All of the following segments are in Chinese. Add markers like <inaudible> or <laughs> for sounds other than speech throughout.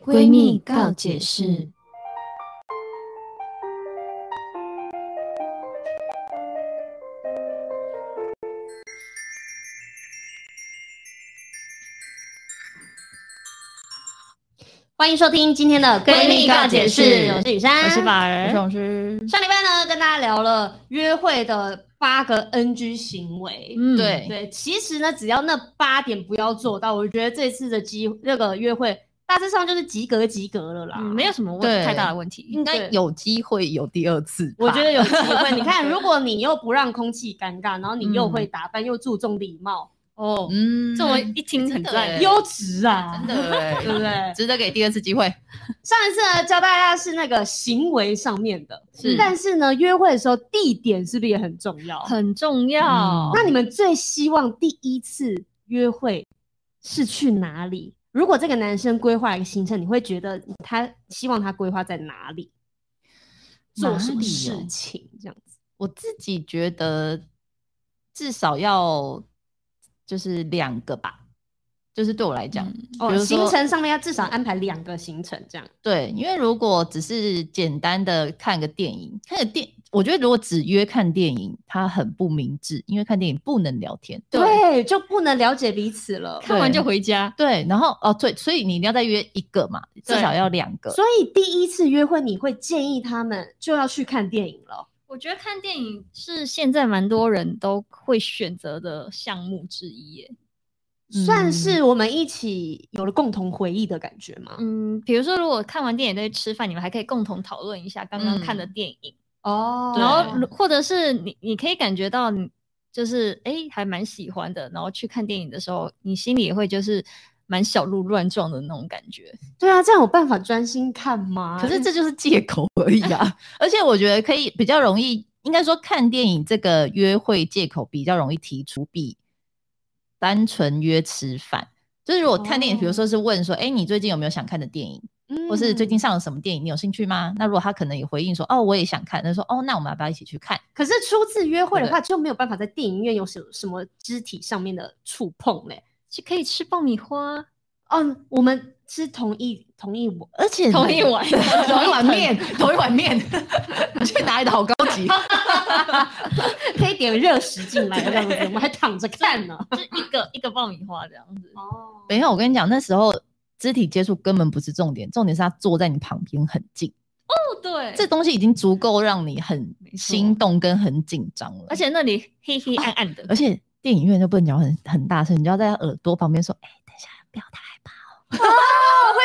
闺蜜告解释。欢迎收听今天的闺蜜告解释，啊我是雨珊，我是宝儿，我是上礼拜呢，跟大家聊了约会的八个 NG 行为。嗯，对对，其实呢，只要那八点不要做到，我觉得这次的机那个约会大致上就是及格及格了啦。嗯没有什么问对太大的问题。应该有机会有第二次吧。我觉得有机会。你看，如果你又不让空气尴尬，然后你又会打扮，又注重礼貌，哦，嗯，这我一听很真赞的，耶优质啊，真， <laughs> 的对不对？值得给第二次机会。上一次呢，教大家是那个行为上面的，是但是呢，约会的时候地点是不是也很重要？很重要嗯。那你们最希望第一次约会是去哪里？如果这个男生规划一个行程，你会觉得他希望他规划在哪里，做什么哪里事哦情这样子？我自己觉得至少要就是两个吧，就是对我来讲，比哦，如说行程上面要至少安排两个行程这样。对，因为如果只是简单的看个电影，看个电，我觉得如果只约看电影，它很不明智，因为看电影不能聊天。对对，就不能了解彼此了。看完就回家，对，然后哦，对，所以你一定要再约一个嘛，至对少要两个。所以第一次约会，你会建议他们就要去看电影了。我觉得看电影是现在蛮多人都会选择的项目之一耶。算嗯是我们一起有了共同回忆的感觉吗？嗯，比如说如果看完电影再去吃饭，你们还可以共同讨论一下刚刚看的电影，哦然后如或者是你你可以感觉到你就是哎、诶还蛮喜欢的，然后去看电影的时候，你心里也会就是蛮小鹿乱撞的那种感觉。对啊，这样有办法专心看吗？可是这就是借口 <laughs> 而已啊！而且我觉得可以比较容易，应该说看电影这个约会借口比较容易提出，比单纯约吃饭。就是如果看电影，比如说是问说，哎、你最近有没有想看的电影，或是最近嗯上了什么电影，你有兴趣吗？那如果他可能也回应说，哦，我也想看，那说，哦，那我们要不要一起去看？可是初次约会的话，就没有办法在电影院有什什么肢体上面的触碰嘞、去可以吃爆米花，啊嗯，我们是同一同一我，而且 <laughs> 同一 <laughs> 碗同一碗面， <laughs> 同一碗面，去哪里的好高级？可以点热食进来这样子，我们还躺着看 <laughs> 呢。就一个一个爆米花这样子。哦， <laughs> 没有，我跟你讲，那时候肢体接触根本不是重点，重点是他坐在你旁边很近。哦，对，这东西已经足够让你很没错心动跟很紧张了。而且那里黑黑暗暗的，而且电影院就不能讲很很大声，你就要在他耳朵旁边说：“哎、等一下，不要太害怕。会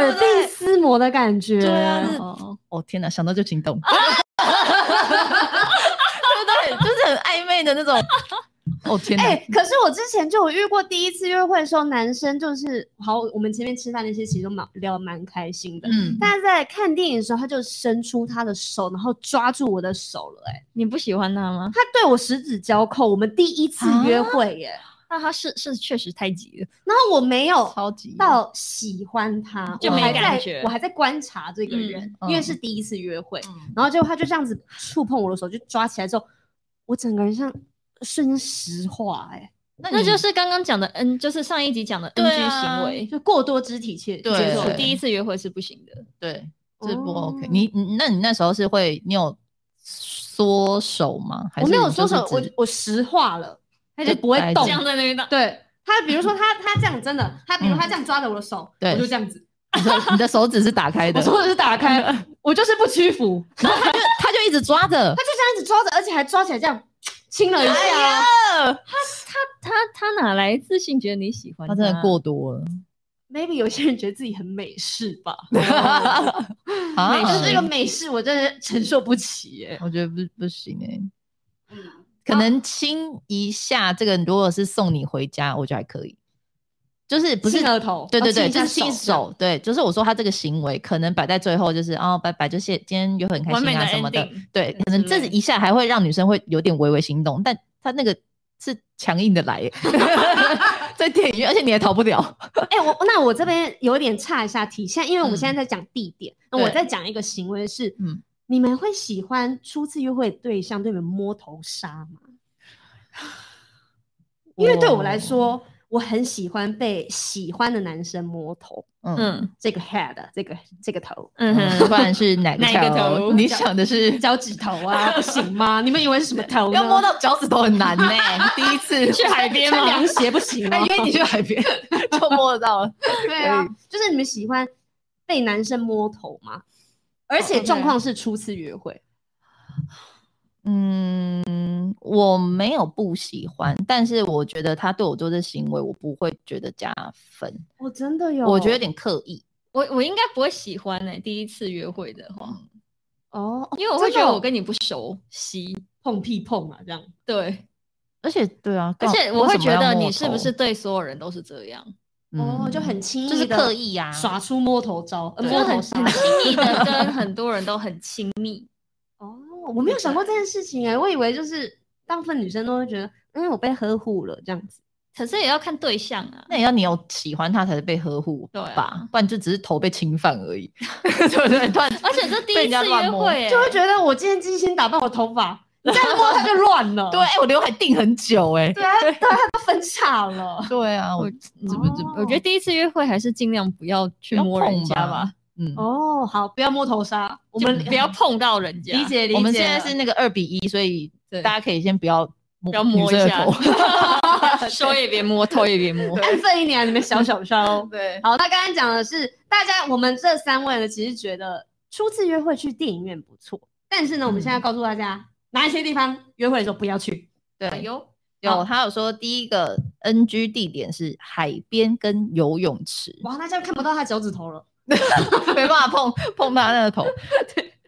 有这种耳鬓厮磨的感觉。对啊哦是哦”哦天哪，想到就心动，对不对？就是很暧昧的那种。哦天哪，哎、可是我之前就有遇过第一次约会的时候，男生就是好，我们前面吃饭那些其实都蛮聊得蛮开心的，嗯，但是在看电影的时候，他就伸出他的手，然后抓住我的手了、哎，你不喜欢他吗？他对我十指交扣，我们第一次啊约会耶、那他是是确实太急了，然后我没有超级到喜欢他，就我没还感在觉我还在观察这个嗯人，嗯因为是第一次约会，嗯然后结果他就这样子触碰我的手，就抓起来之后，我整个人像瞬间石化、哎。那那你就是刚刚讲的 N，就是上一集讲的对 NG 啊行为。就过多肢体接对接没触错，对第一次约会是不行的。对，这不哦 OK。你你那你那时候是会，你有缩手吗？还我是没有你说就是什么，我只我石化了，他就就不会呆动这。样在那边的，对他，比如说他他这样真的，他比如嗯他这样抓着我的手，对我就这样子，你的你的手指是打开的 <laughs> 我，说的是打开，我就是不屈服，他他就一直抓着。就这样子抓着，而且还抓起来这样亲了一哎下。他他哪来自信觉得你喜欢他真的过多了 maybe 有些人觉得自己很美式吧，啊但是这个美式我真的承受不起耶、我觉得不不行哎、嗯可能亲一下这个，如果是送你回家，我觉得还可以。就是不是亲额头对对哦亲对，一下就是亲手手，对，就是我说他这个行为可能摆在最后，就是哦，拜拜，就是今天约会很开完美心的啊什么的 ending，对，对可能之这类的一下还会让女生会有点微微心动，但他那个是强硬的来 <laughs> 耶，在电影院，而且你也逃不了。哎、我那我这边有点岔一下题，现在因为我们嗯现在在讲地点，那我对在讲一个行为是，嗯你们会喜欢初次约会的对 <laughs> 象对你们摸头杀吗？因为对我来，说，我很喜欢被喜欢的男生摸头，嗯，嗯这个 head，这个这个头，嗯不哼，管是哪 <laughs> 哪一个头你想的是 <laughs> 脚趾头 <laughs> 啊，不行吗？你们以为是什么头呢？要摸到脚趾头很 <laughs> 难呢、第一次去海边 <laughs> 穿吗凉？鞋不行吗哎，？因为你去海边就摸得到了， <laughs> 对啊，就是你们喜欢被男生摸头吗？而且状况是初次约会，嗯， <laughs> 我没有不喜欢，但是我觉得他对我做这行为，我不会觉得加分，我哦真的有我觉得有点刻意。我我应该不会喜欢呢、第一次约会的话，哦，因为我会真的觉哦得我跟你不熟悉。碰屁碰啊嘛，这样对，而且对啊，而且干我为会什么觉要得摸你是头不是对所有人都是这样，哦，嗯就很轻易，就是刻意啊耍出摸头招，呃就摸头很杀很。亲密的跟很多人都很亲密。 <laughs> 哦，我没有想过这件事情哎、我以为就是大部分女生都会觉得，嗯，我被呵护了这样子。可是也要看对象啊。那也要你有喜欢他才是被呵护对吧，啊不然就只是头被侵犯而 <laughs> 已，对不对？突然，而且这第被一人家次乱约摸会、欸，就会觉得我今天精心打扮我头 <laughs> 发，你再摸它就乱了。对，哎、我刘海定很久、哎，对啊，对啊，它都分叉了。对啊，我怎么怎么？我觉得第一次约会还是尽量不要去不要摸人碰家吧吧，嗯，哦，好，不要摸头杀，我我们们不要碰到人家。理解理解。我们现在是那个二比一，所以对大家可以先不要不摸要摸女一生的下 <laughs> 头，。手也别摸，头也别摸。安分一点啊，你们小小烧 <laughs> 对，好，那刚刚讲的是大家，我们这三位呢，其实觉得初次约会去电影院不错，但是呢，我们现在告诉大家哪一些地方约会的时候不要去。哎 <laughs> 对，呦，有他有说第一个 NG 地点是海边跟游泳 <laughs> 池，哇，那这样看不到他脚趾头了。没办法碰碰他那个头。 <laughs>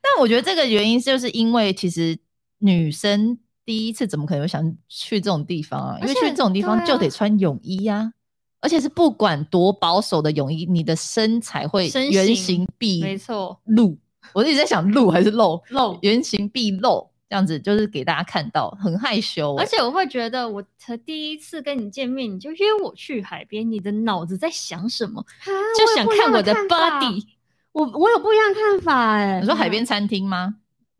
但我觉得这个原因就是因为其实女生第一次怎么可能会想去这种地方啊？因为而且去这种地方对啊就得穿泳衣呀、而且是不管多保守的泳衣，你的身材会身原形形没毕错，露。我一直在想露还是露，露原形毕露这样子就是给大家看到，很害羞欸、而且我会觉得，我才第一次跟你见面，你就约我去海边，你的脑子在想什么？就想看我的 body。我我有不一样看法哎、你说嗯海边餐厅吗？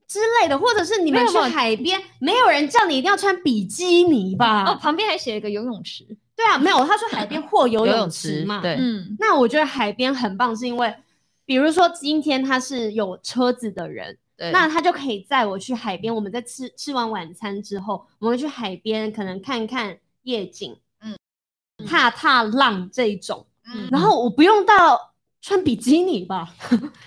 之类的，或者是你们没有去没有海边，没有人叫你一定要穿比基尼吧？哦，旁边还写了一个游泳池。对啊，没有，他说海边或游游泳泳池池嘛。对嗯，那我觉得海边很棒，是因为比如说今天他是有车子的人，对，那他就可以载我去海边。我们在吃吃完晚餐之后，我们去海边可能看看夜景，嗯嗯，踏踏浪这一种。嗯然后我不用到穿比基尼吧？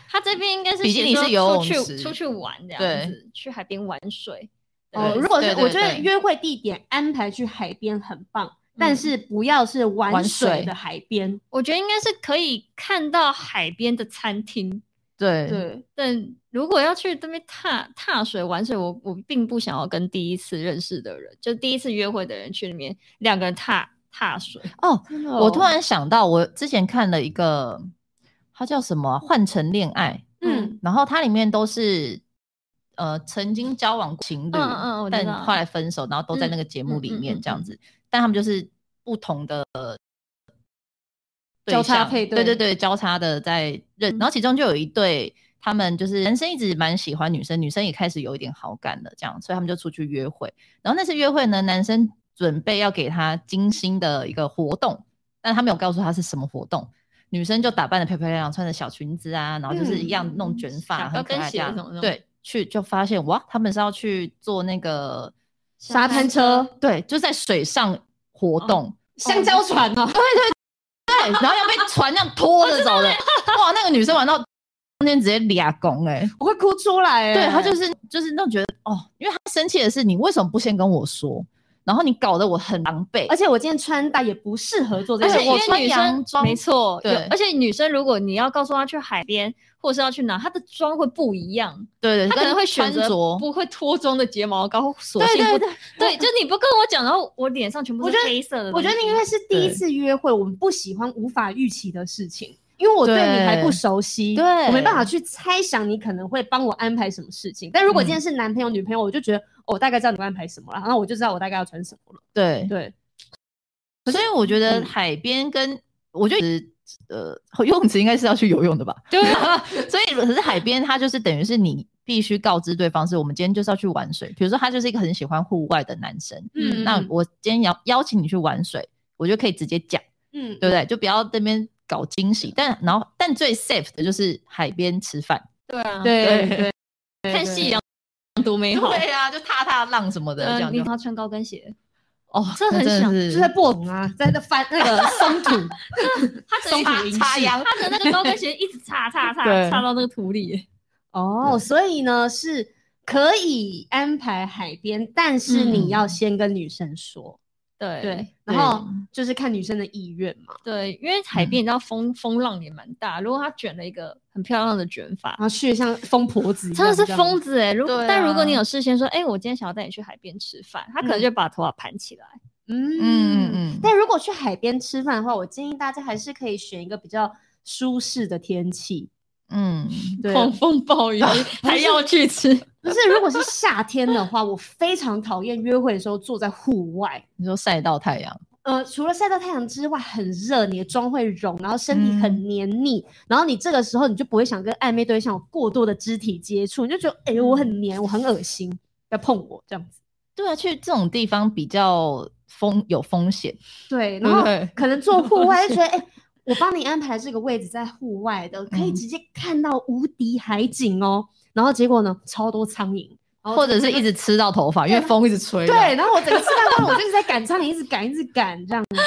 他这边应该是比基尼写说是游泳出去池出去玩这对样子，去海边玩水。对哦，对如果是对对我觉得对约会地点安排去海边很棒，但是不要是玩玩水水的海边。我觉得应该是可以看到海边的餐厅，对对，但如果要去那边踏踏水玩水，我我并不想要跟第一次认识的人，就第一次约会的人去那边两个人踏踏水。哦，真的我哦突然想到，我之前看了一个，它叫什么啊《换乘恋爱》，嗯，然后它里面都是呃曾经交往情侣，嗯嗯我知但道后来分手，然后都在那个节目里嗯嗯面嗯这样子，但他们就是不同的对交叉象配对对对对，交叉的在认，嗯然后其中就有一对。他们就是男生一直蛮喜欢女生，女生也开始有一点好感了，这样，所以他们就出去约会。然后那次约会呢，男生准备要给她精心的一个活动，但他没有告诉她是什么活动。女生就打扮的漂漂亮亮，穿着小裙子啊，然后就是一样弄卷发，嗯很可爱这小高跟样鞋什么的对，去就发现哇，他们是要去做那个，沙滩车、对，就在水上哦活动，香蕉船啊，对，然后要被船这样拖着走的。 <laughs> 哇，那个女生玩到中间直接俩拱哎，我会哭出来欸。对她就是就是那种觉得哦，因为她生气的是你为什么不先跟我说，然后你搞得我很狼狈，而且我今天穿搭也不适合做这而件事情。且且因我为穿女洋生装没错，有对而且女生如果你要告诉她去海边或是要去哪，她的妆会不一样，对对，她可跟能会选择穿着不会脱妆的睫毛膏，索对性对不 <laughs> 对，就你不跟我讲，然后我脸上全部我是觉得黑色的我东西。觉得那应该是第一对次约会，我们不喜欢无法预期的事情，因为我对你还不熟悉，对我没办法去猜想你可能会帮我安排什么事情。但如果今天是男朋友、女朋友，我就觉得、哦，我大概知道你会安排什么了，然后我就知道我大概要穿什么了。对对，所以我觉得嗯海边跟、我觉得呃游泳池应该是要去游泳的吧，对啊， <laughs> 所以可是海边它就是等于是你必须告知对方是我们今天就是要去玩水，比如说他就是一个很喜欢户外的男生，嗯那我今天邀邀请你去玩水，我就可以直接讲，嗯，对不对？就不要那边搞惊喜。但然后，但最 safe 的就是海边吃饭，对啊，对对对，看夕阳多美好。对啊，就踏踏浪什么的这呃，样你就好。他穿高跟鞋，哦，这很想就就是在破土啊，在那翻那个松土， <laughs> 他松土的银插饰秧他的那个高跟鞋一直插插插对插到那个土里。哦，所以呢是可以安排海边，但是你要先跟女生说，对对，然后就是看女生的意愿嘛，对，因为海边你知道风、风浪也蛮大，如果他卷了一个很漂亮的卷发然，后去得像疯婆子一真样，的是这样疯子哎、如果、对啊但如果你有事先说，哎、我今天想要带你去海边吃饭，他可能就把头发盘起来。嗯嗯嗯嗯。嗯嗯，但如果去海边吃饭的话，我建议大家还是可以选一个比较舒适的天气。嗯，对，狂风暴 <laughs> 雨还要去 <laughs> 吃，不是如果是夏天的话，我非常讨厌约会的时候坐在户外。你说晒到太阳，呃，除了晒到太阳之外，很热，你的妆会融，然后身体嗯很黏腻，然后你这个时候你就不会想跟暧昧对象有过多的肢体接触，你就觉得哎、呦我很黏，我很恶心，不要碰我这样子。对啊，去这种地方比较风有风险，对，对然不后对？可能坐户外就 <laughs> 觉得，哎、我帮你安排这个位置在户外的，可以嗯直接看到无敌海景哦。然后结果呢，超多苍蝇，然后或者是一直吃到头发，因为风一直吹。哦对，，然后我整个吃饭后，我就一直在赶苍蝇，一直赶，一直赶 <laughs> 这样子。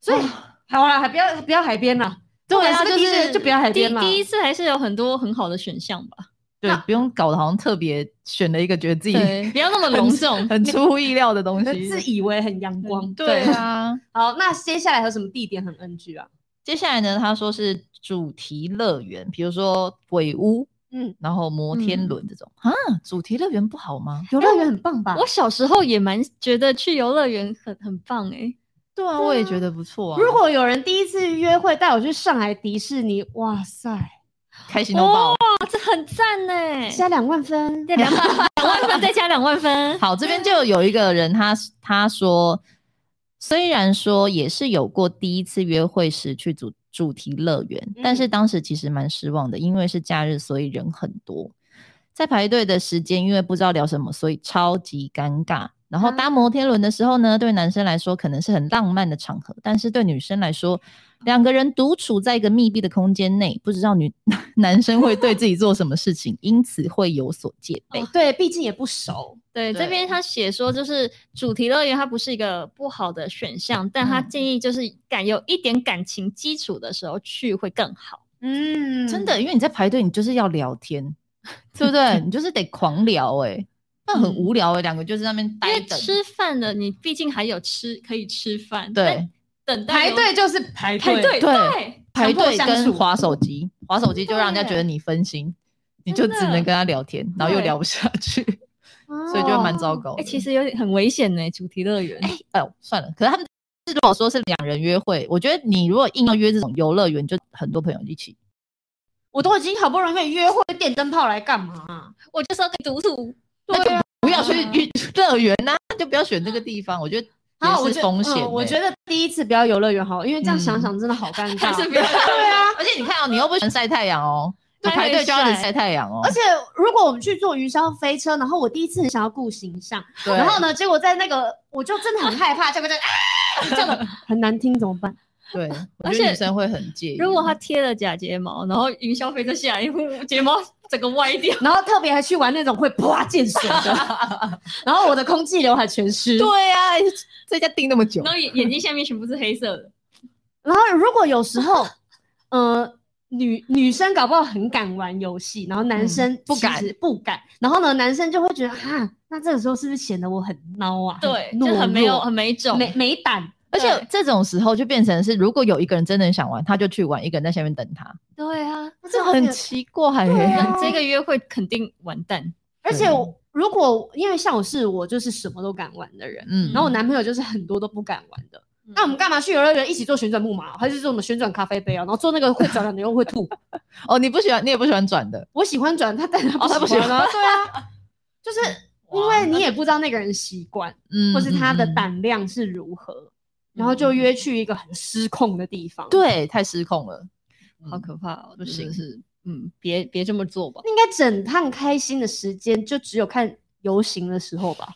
所以好啊啦，还不要不要海边啦，对啊，不管就第一次是就不要海第边啦。第一次还是有很多很好的选项吧。对，不用搞得好像特别选了一个觉得自己。对，不要那么隆重 <laughs> <laughs> 很出乎意料的东就西。自以为很阳光，对啊。好，那接下来还有什么地点很 NG 啊？ <laughs> 接下来呢，他说是主题乐园，比如说鬼屋，嗯，然后摩天轮这种、啊，主题乐园不好吗？游乐园很棒吧？我小时候也蛮觉得去游乐园很很棒哎、对啊，我也觉得不错啊。如果有人第一次约会带我去上海迪士尼，哇塞，开心到爆。哇，这很赞哎、加两万分，再两百两万分，再加两万分。好，这边就有一个人他，他说，虽然说也是有过第一次约会时去主主题乐园，但是当时其实蛮失望的，因为是假日，所以人很多，在排队的时间，因为不知道聊什么，所以超级尴尬。然后搭摩天轮的时候呢，对男生来说可能是很浪漫的场合，但是对女生来说，两个人独处在一个密闭的空间内，不知道女 <laughs> 男生会对自己做什么事情，因此会有所戒备。对，毕竟也不熟， <laughs> 对，对这边他写说，就是主题乐园它不是一个不好的选项，但他嗯建议就是感有一点感情基础的时候去会更好。嗯，真的，因为你在排队，你就是要聊天， <laughs> 对不对？你就是得狂聊哎、那嗯很无聊哎、两个就在那边因呆为等。吃饭的你毕竟还有吃可以吃饭，对，但等待排有队就是排排队对对排强队迫相跟处划手机，划手机就让人家对觉得你分心，你就只能跟他聊天，然后又聊不下去，所以就蛮哦糟糕哦的。哎、其实有点很危险呢、主题乐园。哎、哎呦算了，可是他们是如果说是两人约会，我觉得你如果硬要约这种游乐园，就很多朋友一起。我都已经好不容易可以约会，电灯泡来干嘛、我就是要跟独处。不要去嗯娱 <laughs> 乐园呐、就不要选这个地方。我觉得好，我觉也是得风险、嗯我欸觉得第一次不要游乐园好，因为这样想想真的好尴尬。还是不要对啊，而且你看哦，你又不喜欢晒太阳哦，就还会排队就要一直晒晒太阳哦。而且如果我们去坐云霄飞车，然后我第一次很想要顾形象，对然后呢，结果在那个我就真的很害怕，结果就啊，叫的很难听，怎么办？对，我而觉得女且生会很介意。如果他贴了假睫毛，然后云霄飞车下来， <laughs> 呼睫毛整个歪掉。然后特别还去玩那种会啪溅水的，然后我的空气刘海全湿。对啊，在家盯那么久然，后眼眼睛下面全部是黑色的，然后如果有时候，呃，女女生搞不好很敢玩游戏，然后嗯男生、不敢，不敢。然后呢，男生就会觉得啊，那这个时候是不是显得我很孬啊？对，懦就弱很没有很没种。没没胆。 <laughs> 而且对这种时候就变成是，如果有一个人真的很想玩，他就去玩，一个人在下面等他，对啊，那这好很像奇怪耶、对啊那这个约会肯定完蛋。而且对我如果因为像我是我就是什么都敢玩的人，嗯然后我男朋友就是很多都不敢玩的。嗯那我们干嘛去游乐园一起做旋转木马，还是做什么旋转咖啡杯啊？然后做那个会转的又会吐。哦，你不喜欢，你也不喜欢转的，我喜欢转，他但他哦他不不喜喜欢欢啊。对啊，就是因哇为你也不知道那个人习惯，嗯或是他的嗯嗯胆量是如何，然后就约去一个很失控的地方。，对，太失控了，好可怕哦，不真的行是嗯，别别这么做吧。应该整趟开心的时间就只有看游行的时候吧。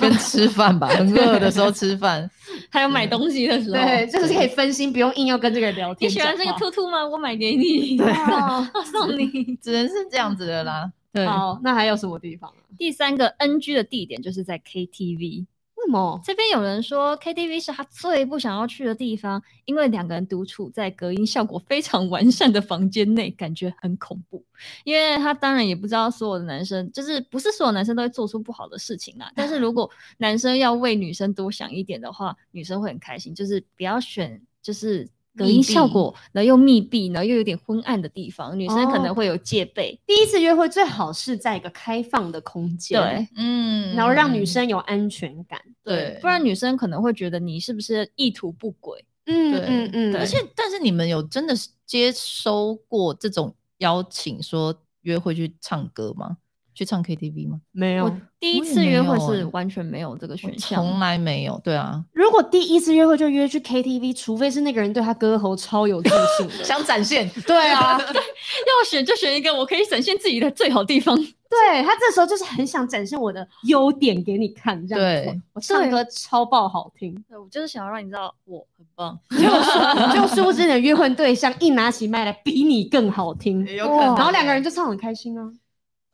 跟嗯吃饭吧，很饿的时候吃饭，还有买东西的时候，对，就是可以分心，不用硬要跟这个人聊你天。喜欢这个兔兔吗？我买给你， <laughs> 哦我送你。只能是这样子的啦。对，好，那还有什么地方啊？ <laughs> 第三个 NG 的地点就是在 KTV。为什么？这边有人说 KTV 是他最不想要去的地方，因为两个人独处在隔音效果非常完善的房间内，感觉很恐怖。因为他当然也不知道所有的男生，就是不是所有男生都会做出不好的事情啦。但是如果男生要为女生多想一点的话，女生会很开心。就是不要选就是隔音效果，然后又密闭，然后又有点昏暗的地方，女生可能会有戒备。第一次约会最好是在一个开放的空间，对，嗯然后让女生有安全感。对，不然女生可能会觉得你是不是意图不轨。嗯对嗯嗯，对而且，但是你们有真的是接收过这种邀请，说约会去唱歌吗？去唱 KTV 吗？没有我。第一我也次没约会有欸是完全没有这个我选项，从来没有。对啊，如果第一次约会就约去 KTV，除非是那个人对他歌喉超有自信 <laughs> 的。想展现，对啊，要选就选一个我可以展现自己的最好地方。对他这时候就是很想展现我的优点给你看，这样子对。我唱歌超爆好听， <laughs> 对，我就是想要让你知道我很棒。就殊不知你的约会对象一拿起麦来比你更好 <laughs> 听，有可能然后两个人就唱很开心啊。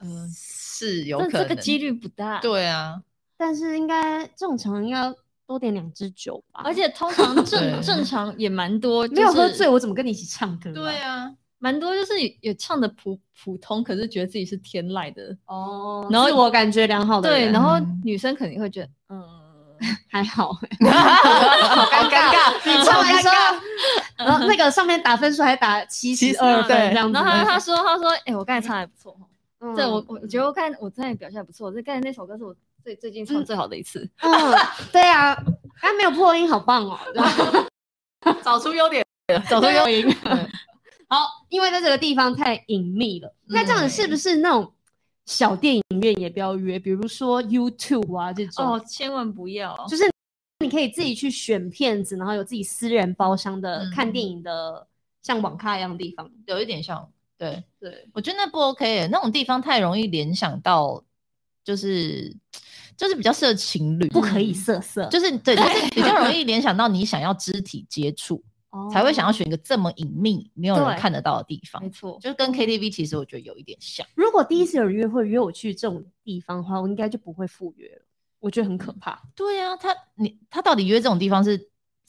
嗯，是有但可这个能。几率不大。，对啊，但是应该正常应该多点两支酒吧，而且通常正对正常也蛮多， <laughs> 没有就是喝醉，我怎么跟你一起唱歌、对，啊，蛮多就是有有唱的普普通，可是觉得自己是天籁的。哦，然后自我感觉良好的人，对，然后嗯女生肯定会觉得，嗯，还好、欸，好尴尬，你唱完之后， <laughs> 然后那个上面打分数还打七十二72分对这样子，然后他他说他说，哎、我刚才唱得还不错哦，嗯对我我我觉得我刚才我刚才表现得还不错，这刚才那首歌是我最最近唱最好的一次。嗯，对啊，他没有破音，好棒哦。然后找出优点，找出优点。 <laughs> 好，因为在这个地方太隐秘了，嗯那这样子是不是那种小电影院也不要约，比如说 YouTube 啊这种，哦，千万不要，就是你可以自己去选片子，然后有自己私人包厢的、嗯看电影的，像网咖一样的地方。有一点像，对对，我觉得那不 OK，耶那种地方太容易联想到，就是就是比较适合情侣，不可以色色，就是对，就是比较容易联想到你想要肢体接触，哦才会想要选一个这么隐秘、没有人对看得到的地方没。错。就跟 KTV 其实我觉得有一点像，如果第嗯一次有人约会约我去这种地方的话，我应该就不会赴约了。我觉得很可怕，对啊，他你他到底约这种地方是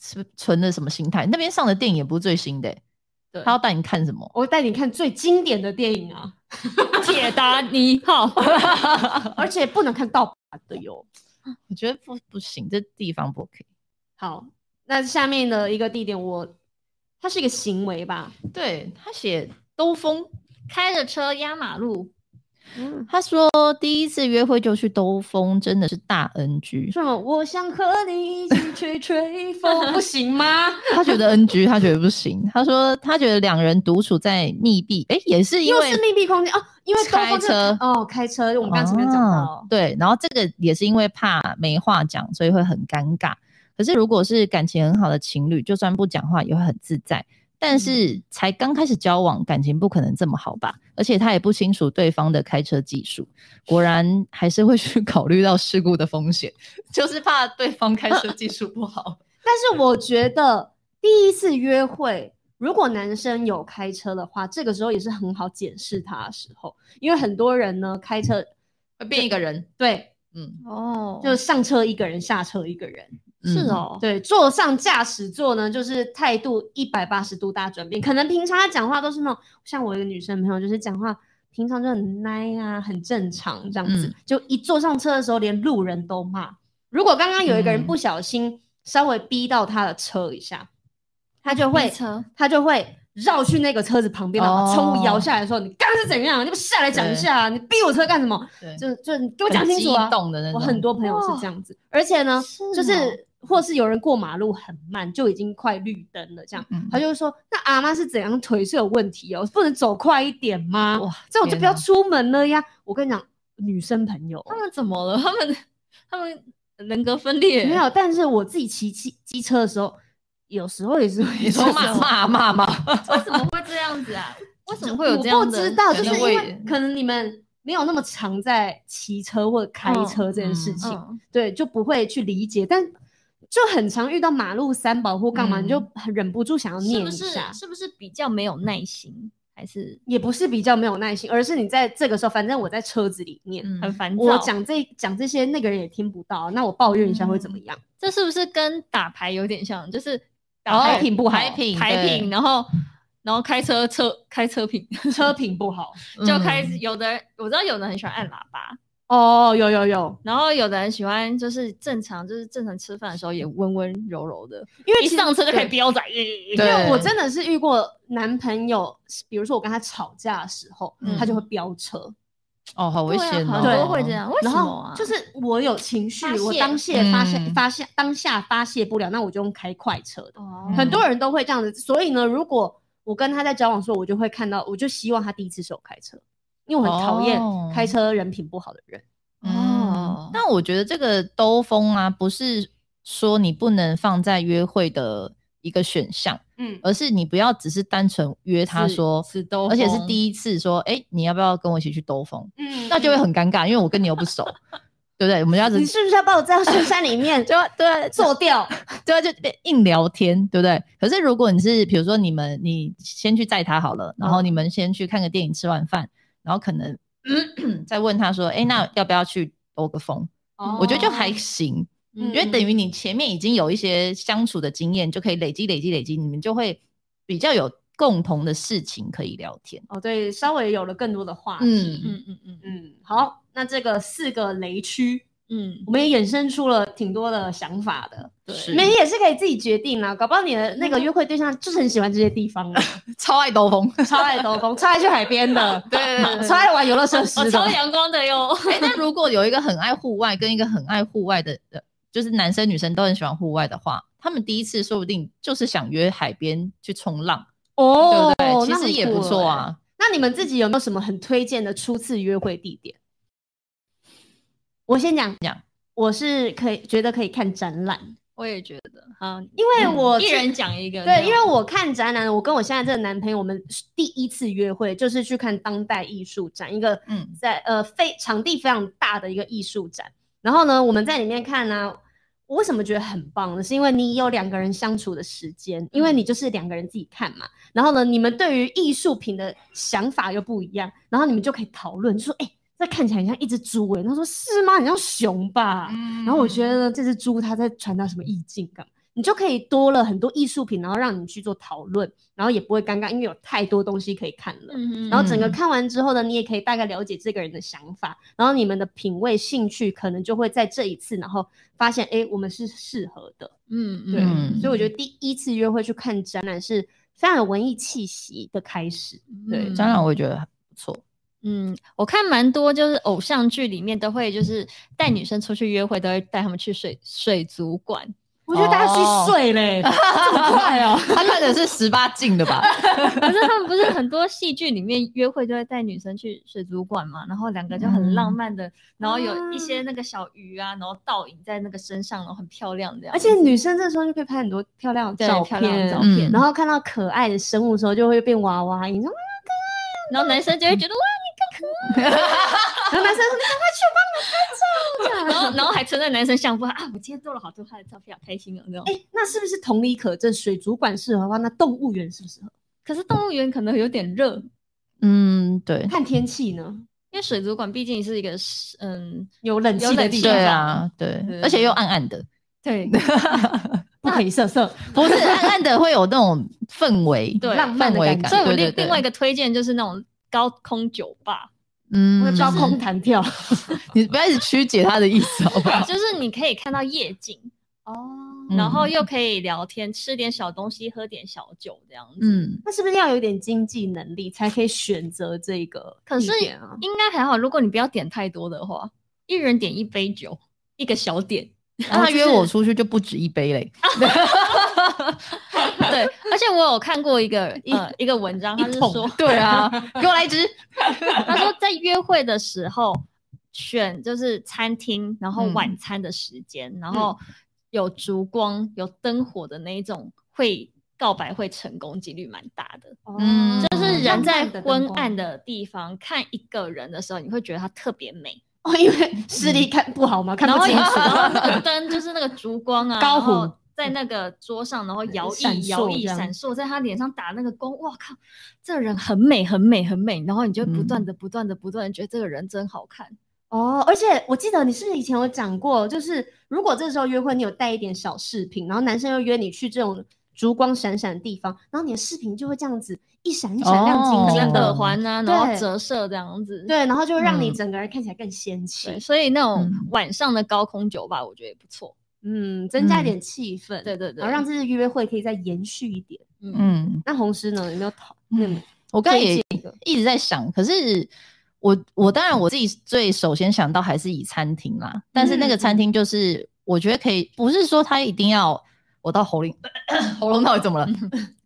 是存的什么心态？那边上的电影也不是最新的耶、对他要带你看什么？我带你看最经典的电影啊，铁达尼 <laughs> 号，而且不能看盗版的哟。我觉得不不行，这地方不 OK。好，那下面的一个地点我，它是一个行为吧？对他写兜风，开着车压马路，嗯，他说第一次约会就去兜风，真的是大 NG。什么？我想和你一起吹吹风，不行吗？ <laughs> 他觉得 NG，他觉得不行。他说他觉得两人独处在密闭，哎、也是因又为是密闭空间哦，因为兜风开这车哦，开车，我们刚刚前面讲哦到，对，然后这个也是因为怕没话讲，所以会很尴尬。可是如果是感情很好的情侣，就算不讲话也会很自在。嗯但是才刚开始交往，感情不可能这么好吧？而且他也不清楚对方的开车技术，果然还是会去 <laughs> 考虑到事故的风险，就是怕对方开车技术不好。但是我觉得第一次约会，如果男生有开车的话，这个时候也是很好检视他的时候，因为很多人呢开车会变一个人，对， <laughs> 嗯，哦就是上车一个人，下车一个人，是嗯，哦，对，坐上驾驶座呢，就是态度一百八十度大转变。可能平常他讲话都是那种，像我一个女生朋友，就是讲话平常就很奶啊，很正常这样子，嗯就一坐上车的时候，连路人都骂。如果刚刚有一个嗯人不小心稍微逼到他的车一下，他就会哦逼车，他就会绕去那个车子旁边，然后把窗户哦摇下来说：“你刚刚是怎样？你不下来讲一下啊、你逼我车干什么？对，就就你给我讲清楚啊！”动的那我种，很多朋友是这样子，而且呢，就是或是有人过马路很慢，就已经快绿灯了，这样、嗯他就说：“那阿妈是怎样腿是有问题哦，不能走快一点吗？”哇，这种就不天要哪出门了呀！我跟你讲，女生朋友他们怎么了？他 <laughs> 们他们人格分裂，没有，但是我自己骑机机车的时候，有时候也是会你说骂骂骂骂，为什么会这样子啊？为什么会有这我样不的？知道，可就是能因会为可能你们没有那么常在骑车或者开车这件事情，嗯对，就不会去理解，但就很常遇到马路三宝或干嘛，嗯你就很忍不住想要是念一不是下。是不是比较没有耐心，还是也不是比较没有耐心，而是你在这个时候，反正我在车子里面，嗯很烦躁？我讲这讲这些，那个人也听不到，那我抱怨一下会怎么 <laughs> 样？这是不是跟打牌有点像？就是哦打牌品不好牌品牌对品，然后然后开车车开车品，车品不好就嗯开始有的人我知道有的人很喜欢按喇叭，哦，有有有，然后有的人喜欢就是正常就是正常吃饭的时候也温温柔柔的，因为一其实上车就开始对飙仔，对因为我真的是遇过男朋友，比如说我跟他吵架的时候，嗯他就会飙车，哦，好危对啊险哦，好多会这样，为什然么后啊？就是我有情绪发，泄我当泄发泄、嗯发泄当下发泄不了，那我就用开快车的。哦很多人都会这样子，所以呢，如果我跟他在交往的时候，我就会看到，我就希望他第一次是我开车，因为我很讨厌哦开车人品不好的人。哦嗯，但我觉得这个兜风啊，不是说你不能放在约会的一个选项，嗯，而是你不要只是单纯约他说，是都，而且是一，第一次说，哎、你要不要跟我一起去兜风？嗯那就会很尴尬，因为我跟你又不熟， <laughs> 对不对？我们要只你是不是要把我载到深山里面 <laughs> 就对啊做掉？对啊，就硬聊天，对不对？可是如果你是比如说你们你先去载他好了，然后嗯你们先去看个电影，吃完饭，然后可能 <clears throat> 再问他说，哎、那要不要去兜个风？哦我觉得就还行，因嗯为等于你前面已经有一些相处的经验，就可以累积、累积、累积，你们就会比较有共同的事情可以聊天。哦，对，稍微有了更多的话题。嗯，嗯嗯嗯嗯，好，那这个四个雷区，嗯，我们也衍生出了挺多的想法的。对，是你们也是可以自己决定啦，搞不好你的那个嗯约会对象就是很喜欢这些地方啊， <laughs> 超爱兜风。 <laughs> 超爱兜风，超爱去海边的，嗯对对 <laughs> 对超爱玩游乐设施哦我哦超的。阳光的哟。哎、那如果有一个很爱户外跟一个很爱户外的，呃，就是男生女生都很喜欢户外的话，他们第一次说不定就是想约海边去冲浪，哦对不那对？其实很也酷不错欸啊。那你们自己有没有什么很推荐的初次约会地点？我先讲讲，我是可以觉得可以看展览，啊我也觉得，嗯好，因 <laughs> 为我一是人讲一个，对，因为我看展览，我跟我现在这个男朋友，我们第一次约会就是去看当代艺术展，一个嗯在呃非场地非常大的一个艺术展。然后呢，我们在里面看呢、我为什么觉得很棒呢？是因为你有两个人相处的时间，因为嗯你就是两个人自己看嘛。然后呢，你们对于艺术品的想法又不一样，然后你们就可以讨论，就说哎。这看起来很像一只猪诶、欸，他说是吗？很像熊吧？嗯然后我觉得这只猪它在传达什么意境感，你就可以多了很多艺术品，然后让你去做讨论，然后也不会尴尬，因为有太多东西可以看了。嗯，嗯然后整个嗯看完之后呢，你也可以大概了解这个人的想法，然后你们的品味、兴趣可能就会在这一次，然后发现哎，诶我们是适合的。嗯对，嗯所以我觉得第一次约会去看展览是非常有文艺气息的开始。对当然我也觉得不错。嗯，我看蛮多就是偶像剧里面都会就是带女生出去约会，都会带她们去水水族馆， <laughs> 我觉得大家哦去睡嘞，这么快哦！他看的是十八禁的吧？可是他们不是很多戏剧里面约会就会带女生去水族馆嘛，然后两个就很嗯浪漫的，然后有一些那个小鱼啊，然后倒影在那个身上，然后很漂亮这样而子，且女生这时候就可以拍很多漂亮的对照漂片，亮的照嗯片，然后看到可爱的生物的时候，就会变娃娃音，然 <laughs> 后然后男生就会觉得哇，然后男生说：“你赶快去帮我拍照。”这样然后然后还存在男生相簿啊，我今天做了好多他的照片，好开心哦那种。哎、那是不是同理可证？水族馆适合的话，那动物园适不适合？可是动物园可能有点热， <laughs> 嗯，对看天气呢，因为水族馆毕竟是一个是嗯，有冷气的地有冷对气方，啊，对，对而且又暗暗的，对不可以色色。不是 <laughs> 暗暗的会有那种氛围，对浪漫氛的围感觉感。所以我对另对对另外一个推荐就是那种高空酒吧，嗯，高空弹跳你不要一直曲解他的意思好不 <laughs> 好？就是你可以看到夜景，哦，嗯然后又可以聊天，吃点小东西，喝点小酒这样子。嗯，那是不是要有点经济能力才可以选择这个可地是点啊？应该还好，如果你不要点太多的话，一人点一杯酒，一个小点。那他约我出去就不止一杯嘞。 <laughs> 对，而且我有看过一个呃一个文章，他是说，对啊，给我来 <laughs> 一支。他说在约会的时候选就是餐厅，然后嗯晚餐的时间，然嗯后有烛光、有灯火的那一种，会告白会成功几率蛮大的。哦嗯就是就是嗯人浪在漫的灯昏光暗的地方看一个人的时候，你会觉得他特别美，哦，因为视力看不好嘛，看嗯然不后清有楚。然后那个灯就是那个烛光啊，高然后虎在那个桌上，然后摇闪曳摇烁曳这样闪烁，在他脸上打那个光，哇靠，这人很美很美很美，然后你就不断的不断的不断的觉得这个人真好看，哦，而且我记得你是不是以前有讲过，就是如果这时候约会你有带一点小饰品，然后男生又约你去这种烛光闪闪的地方，然后你的饰品就会这样子一闪一闪亮晶哦晶像的，耳环啊，然后对折射这样子，对，然后就会让你嗯整个人看起来更仙气对，，所以那种嗯晚上的高空酒吧，我觉得也不错，嗯嗯，增加一嗯点气氛，对对对然后让这次约会可以再延续一点。嗯，那红师呢，有没有讨嗯嗯我刚才也一直在想，可是我我当然我自己最首先想到还是以餐厅啦，但是那个餐厅就是我觉得可以，不是说它一定要我到喉咙 <laughs> 喉咙到底怎么了，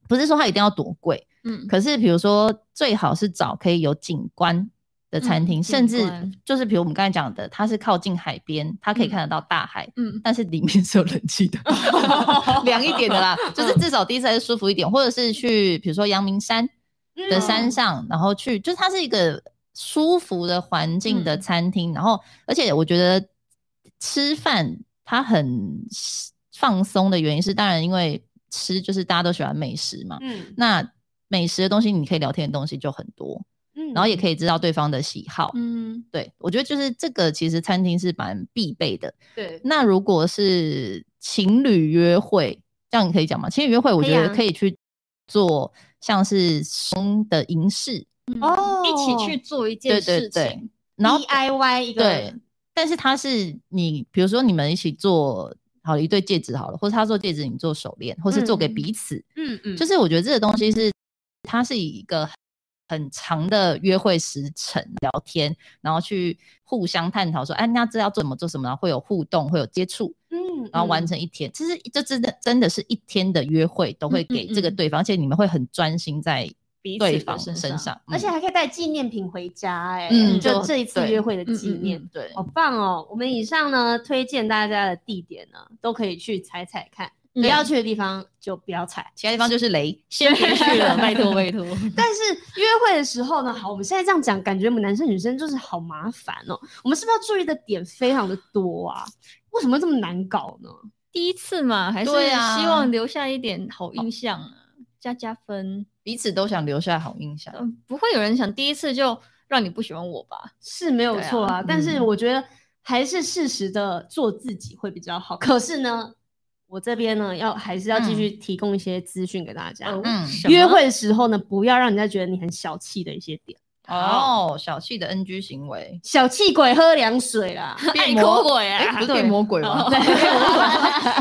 不是说它一定要多贵，嗯，可是比如说最好是找可以有景观的餐厅，嗯甚景至观就是比如我们刚才讲的，它是靠近海边，它可以看得到大海，嗯但是里面是有冷气 <laughs> 的，凉一点的啦，就是嗯至少第一次还是舒服一点，或者是去比如说阳明山嗯嗯的山上，然后去，就是它是一个舒服的环境的嗯餐厅，然后而且我觉得吃饭它很放松的原因是，当然因为吃就是大家都喜欢美食嘛，嗯那美食的东西你可以聊天的东西就很多，嗯然后也可以知道对方的喜好，嗯，对我觉得就是这个其实餐厅是蛮必备的。对，那如果是情侣约会，这样你可以讲吗？情侣约会，我可以觉得啊可以去做像是松的银饰，哦一起去做一件对事对对情，，然后 DIY 一个对，但是它是你，比如说你们一起做好一对戒指好了，或者他做戒指，你做手链，或是做给嗯彼此，嗯嗯，就是我觉得这个东西是它是一个很长的约会时程，聊天，然后去互相探讨说，哎、那这要做什么做什么，然后会有互动，会有接触，嗯，然后完嗯成一天。其实这真的真的是一天的约会都会嗯嗯给这个嗯对方，而且你们会很专心在彼对此的方身身上，而且还可以带纪念品回家，哎，嗯就就这一次对约会的嗯纪嗯念嗯，对好棒哦！我们以上呢推荐大家的地点呢，都可以去踩踩看，不对要去的地方就不要踩。其他地方就是雷。先别去了，拜托拜托，但是约会的时候呢，好，我们现在这样讲，感觉我们男生女生就是好麻烦哦。我们是不是要注意的点非常的多啊？为什么这么难搞呢？第一次嘛，还是对啊希望留下一点好印象啊，加加分。彼此都想留下好印象，嗯，不会有人想第一次就让你不喜欢我吧？是没有对啊错啊，但是嗯我觉得还是适时的做自己会比较好。可是呢，我这边呢要还是要继续提供一些资讯给大哦家。嗯什么约会的时候呢，不要让人家觉得你很小气的一些点，哦，小气的 NG 行为，小气鬼喝凉水啦。 <laughs> 爱变魔哭鬼哎、啊不，是变魔鬼吗？ <laughs> 哦对，变魔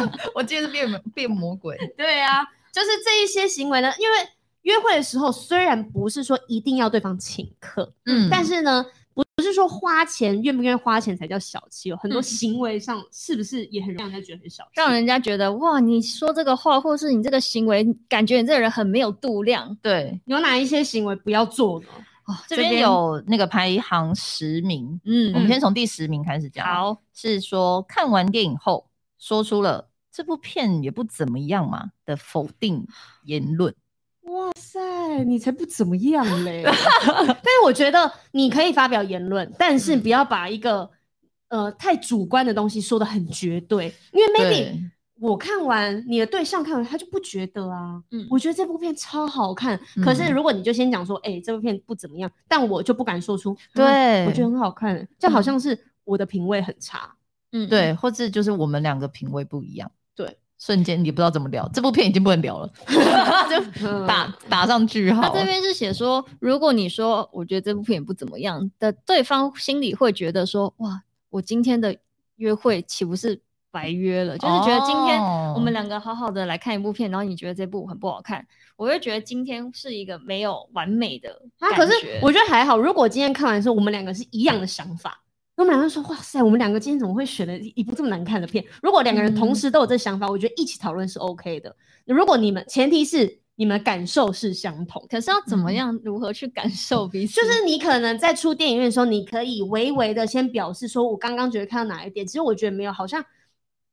鬼，我记得是变魔变魔鬼，对啊，就是这一些行为呢，因为约会的时候虽然不是说一定要对方请客，嗯但是呢，不不是说花钱愿不愿意花钱才叫小气哦，很多嗯行为上是不是也很让人家觉得很小气？让人家觉得哇，你说这个话，或是你这个行为，感觉你这个人很没有度量。对，有哪一些行为不要做呢？哦，这边，有那个排行十名，嗯我嗯们先从第十名开始讲。，好，是说看完电影后说出了这部片也不怎么样嘛的否定言论。哇塞，哎你才不怎么样 <laughs> 嘞！但是我觉得你可以发表言论，但是不要把一个、呃太主观的东西说的很绝对，因为 maybe 对我看完你的对象看完他就不觉得啊。嗯我觉得这部片超好看，可是嗯如果你就先讲说，哎、这部片不怎么样，但我就不敢说出，<laughs> 对我觉得很好看，这好像是我的品味很 <laughs> 差。嗯，对，或者就是我们两个品味不一样。对，瞬间你不知道怎么聊，这部片已经不能聊了，嗯就啊打打上句号他了。这边是写说，如果你说我觉得这部片也不怎么样的，对方心里会觉得说，哇，我今天的约会岂不是白约了？就是觉得今天我们哦两个好好的来看一部片，然后你觉得这部很不好看，我会觉得今天是一个没有完美的啊，感可是觉我觉得还好。如果今天看完之后，我们两个是一样的想法，那我们两个说：“哇塞，我们两个今天怎么会选了一部这么难看的片？”如果两个人同嗯时都有这想法，我觉得一起讨论是 OK 的。如果你们前提是你们的感受是相同，可是要怎么嗯样，如何去感受彼此？就是你可能在出电影院的时候，你可以微微的先表示说：“我刚刚觉得看到哪一点，其实我觉得没有，好像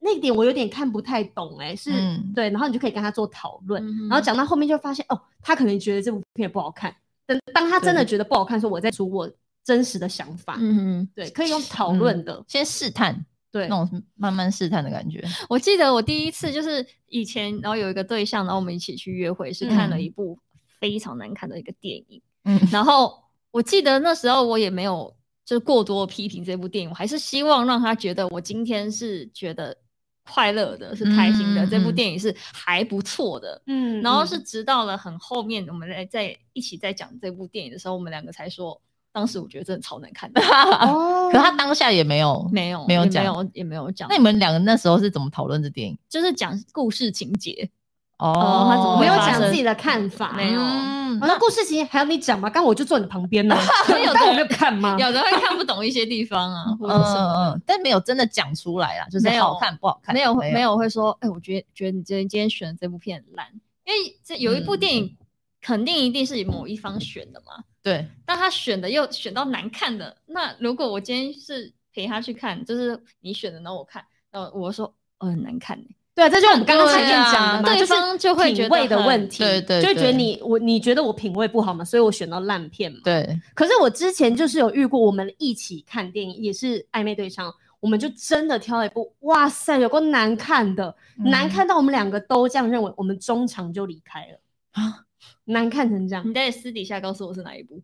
那点我有点看不太懂、欸。”哎，是、嗯对，然后你就可以跟他做讨论。嗯哼然后讲到后面就发现哦，他可能觉得这部片不好看，等当他真的觉得不好看的时候，我再说我真实的想法。嗯，对，可以用讨论的。先试探对那，种慢慢试探 <laughs> 的感觉。我记得我第一次就是以前，然后有一个对象，然后我们一起去约会，是看了嗯一部非常难看的一个电影。嗯，然后我记得那时候我也没有就是过多批评这部电影，我还是希望让他觉得我今天是觉得快乐的，是开心的，嗯这部嗯电影是还不错的。嗯然后是直到了很后面，我们来在一起在讲这部电影的时候，我们两个才说，当时我觉得真的超难看的， <laughs> 啊哦可他当下也没有。没有没有也讲没有也没有讲，那你们两个那时候是怎么讨论这电影？就是讲故事情节，哦，他怎么没有会发讲生自己的看法。没有嗯哦那故事情还要你讲吗？刚我就坐你旁边呢，所 <laughs> 以有的但我没有看吗？有的会看不懂一些地方啊，或嗯者什么的嗯，嗯但没有真的讲出来啦，就是没有好看不好看，没有没没有会说，哎、我觉得觉得你今天今天选的这部片很烂，因为这有一部电影肯定一定是某一方选的嘛，对，但他选的又选到难看的，那如果我今天是陪他去看，就是你选的，然后我看，然后我说。哦，很难看、欸，对，啊这就是我们刚刚前面对啊讲的嘛，对就是方就会觉品得味的很问题，对对就会觉得对你我你觉得我品味不好嘛，所以我选到烂片嘛。对，可是我之前就是有遇过，我们一起看电影，也是暧昧对象，我们就真的挑了一部，哇塞，有够难看的，嗯难看到我们两个都这样认为，我们中场就离开了啊，难看成这样你。在私底下告诉我是哪一部，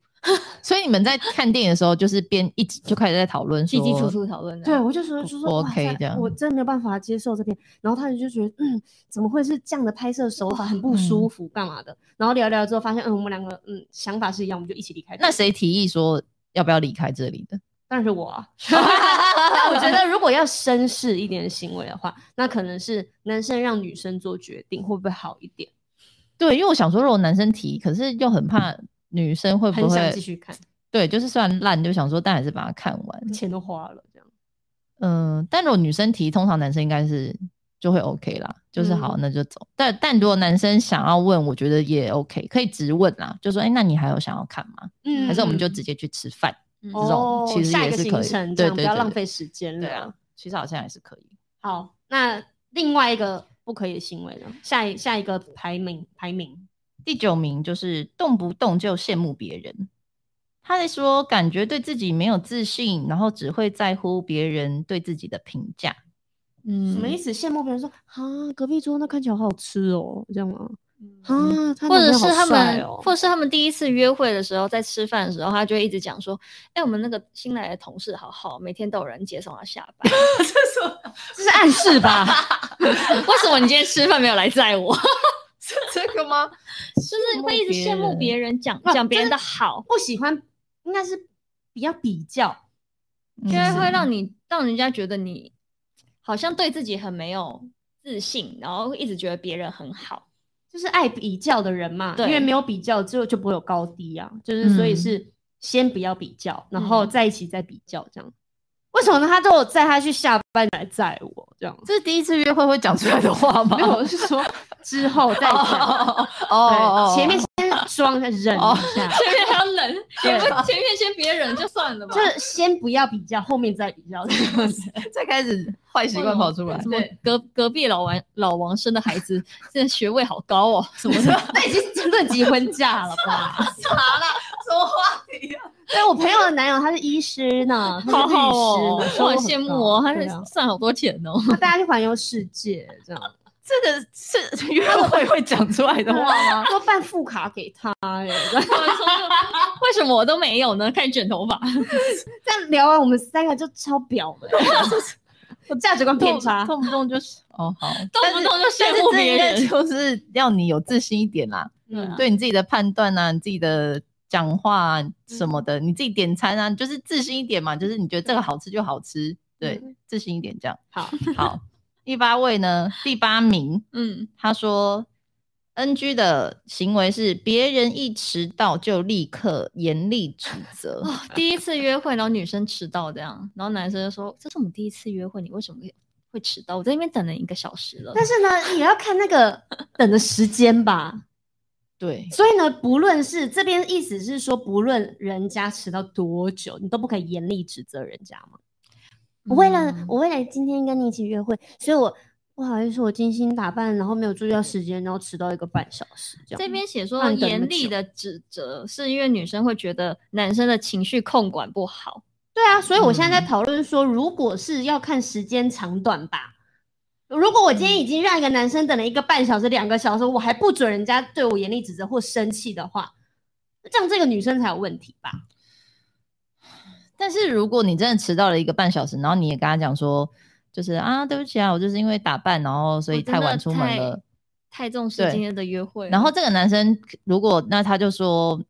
所以你们在看电影的时候，就是边一直就开始在讨论进说，进出出讨论的。对，我就说就说不哇 OK 塞这样我真的没有办法接受这边。然后他就觉得，嗯，怎么会是这样的拍摄手法，很不嗯舒服，干嘛的？然后聊聊之后发现，嗯，我们两个嗯想法是一样，我们就一起离开。那谁提议说要不要离开这里的？当然是我 <laughs> 啊。 <laughs> 但我觉得如果要绅士一点的行为的话，那可能是男生让女生做决定，会不会好一点？对，因为我想说，如果男生提，可是又很怕女生会不很想会继续看，对，就是虽然烂，就想说，但还是把它看完。钱都花了，这样嗯、但如果女生提，通常男生应该是就会 OK 啦，就是好，嗯那就走。但但如果男生想要问，我觉得也 OK，可以直问啦，就说，哎、那你还有想要看吗？嗯还是我们就直接去吃饭？嗯，这种哦其实下也一个是行可以程这对样对不要对浪对费时间了。对啊，其实好像也是可以。好，那另外一个不可以的行为呢？下一下一个排名排名，第九名就是动不动就羡慕别人。他在说，感觉对自己没有自信，然后只会在乎别人对自己的评价。嗯什么意思？羡慕别人说啊，隔壁桌那看起来好好吃哦，这样吗？嗯啊，他或男朋者是友他好帅们，哦或者是他们第一次约会的时候，在吃饭的时候，他就会一直讲说：“哎、我们那个新来的同事好好，每天都有人接送他下班。 <laughs> 这是暗示 <laughs> 吧？为什么你今天吃饭没有来载我？ <laughs> 是 <laughs> 这个吗？就是会一直羡慕别人，讲哇讲别人真的的好，不喜欢应该是比较比较，嗯就会嗯让你让人家觉得你好像对自己很没有自信，然后一直觉得别人很好。 <laughs> 就是爱比较的人嘛，因对为没有比较，之后就不会有高低啊。就是所以嗯，是先不要比较，然后在一起再比较这样。为什么呢？他都有载他去下班来载我这样这是第一次约会会讲出来的话吗？没有，我是说之后 <laughs> 再讲。哦对，哦，前面先装忍一哦下，前面还要冷，对前面前面先别人就算了吧就。是先不要比较，后面再比 <laughs> 较这样子。再开始坏习惯跑出来什。么隔隔壁老王老王生的孩子，现在学位好高哦，什么什么那已经真的结婚嫁了 <laughs> 吧？啥啦？什么话题啊？对我朋友的男友他是医师呢， <laughs> 他好是律师好呢，哦，收入我好很羡慕高哦，他对是啊赚好多钱 <laughs> 哦。他带他去环游世界这样。这个是 <laughs> 约会会讲出来的话吗？要办副卡给他耶。为什么我都没有呢？看卷头发，这样聊完，我们三个就超表 <laughs> 的，我价值观偏差。 <laughs> 动不动就是哦好，动不动就但羡是慕这别应该人。就是要你有自信一点啦，嗯，对你自己的判断啊，你自己的讲话、嗯啊、什么的，你自己点餐啊，就是自信一点嘛，就是你觉得嗯这个好吃就好吃，对，自信一点这样。好，好，第八位呢，第八名，嗯，他说，NG 的行为是别人一迟到就立刻严厉指责。哦， <laughs> 第一次约会，然后女生迟到这样，然后男生就说：“这是我们第一次约会，你为什么会会迟到？我在那边等了一个小时了。”但是呢，也要看那个等的时间吧。对，所以呢，不论是这边意思是说，不论人家迟到多久，你都不可以严厉指责人家嘛。我为了、嗯我为了今天跟你一起约会，所以我不好意思，我精心打扮，然后没有注意到时间，然后迟到一个半小时这样。这边写说让你等那么严厉久的指责，是因为女生会觉得男生的情绪控管不好。对啊，所以我现在在嗯讨论说，如果是要看时间长短吧。如果我今天已经让一个男生等了一个半小时、两个小时，我还不准人家对我严厉指责或生气的话，这样这个女生才有问题吧？但是如果你真的迟到了一个半小时，然后你也跟他讲说，就是啊，对不起啊，我就是因为打扮，然后所以我真太的晚出门了。太，太重视对今天的约会了。然后这个男生如果那他就说，嗯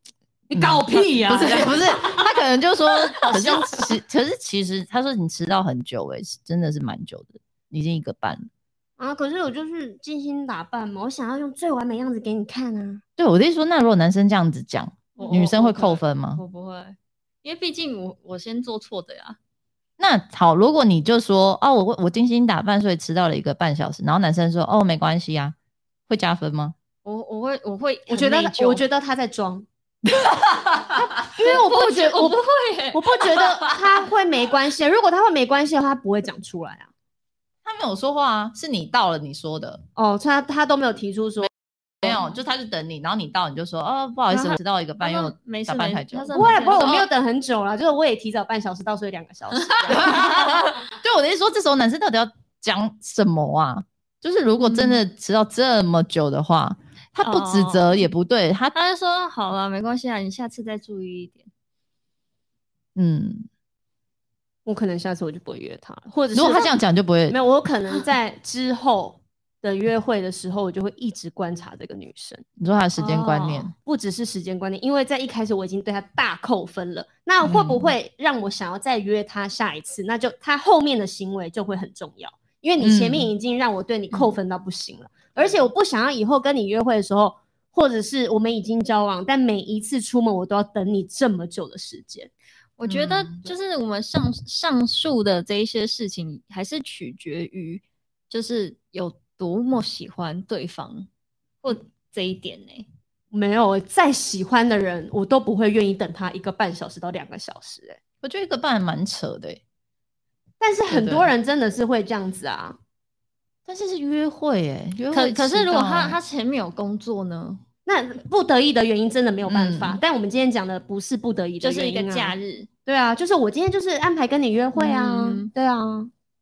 你搞屁呀、不是 <laughs> 不是，他可能就说，可是其可是其实他说你迟到很久诶、是真的是蛮久的，已经一个半了。啊！可是我就是精心打扮嘛，我想要用最完美样子给你看啊。对我的意思说，那如果男生这样子讲，我女我生我会不扣分吗？我不会，因为毕竟我我先做错的呀。那好，如果你就说哦，我我精心打扮，所以迟到了一个半小时，然后男生说哦，没关系啊，会加分吗？我我会我会很内疚，我觉得他，我觉得他在 <laughs> 装，因为我不觉我我不不会耶、我不觉得他会没关系。啊如果他会没关系的话，他不会讲出来啊。他没有说话啊，是你到了你说的，哦，他他都没有提出说，没有，就他就等你，然后你到你就说哦，不好意哦然思，后我迟到一个半，因他为说我没事打扮没太事久他了。说不会不会，我没说有等很久了，就是我也提早半小时到，所以两个小时。就我的意思说，这时候男生到底要讲什么啊？就是如果真的嗯迟到这么久的话，他不指哦责也不对，他他就说好了，没关系啊，你下次再注意一点。嗯，我可能下次我就不会约他了，或者是如果他这样讲就不会没有，我可能在之后的约会的时候，我就会一直观察这个女生。你说他的时间观念，哦不只是时间观念，因为在一开始我已经对他大扣分了，那会嗯不会让我想要再约他下一次？那就他后面的行为就会很重要，因为你前面嗯已经让我对你扣分到不行了，而且我不想要以后跟你约会的时候，或者是我们已经交往，但每一次出门我都要等你这么久的时间。我觉得嗯就是我们上上述的这一些事情，还是取决于就是有多么喜欢对方或这一点呢、没有，再喜欢的人我都不会愿意等他一个半小时到两个小时、欸，我觉得一个半还蛮扯的欸、但是很对多人真的是会这样子啊。但是是约会哎、约可会可是迟如果到他啊他前面有工作呢，那不得已的原因真的没有办法，嗯但我们今天讲的不是不得已的就原因、是一啊，个假。日，对啊，就是我今天就是安排跟你约会啊，嗯对啊，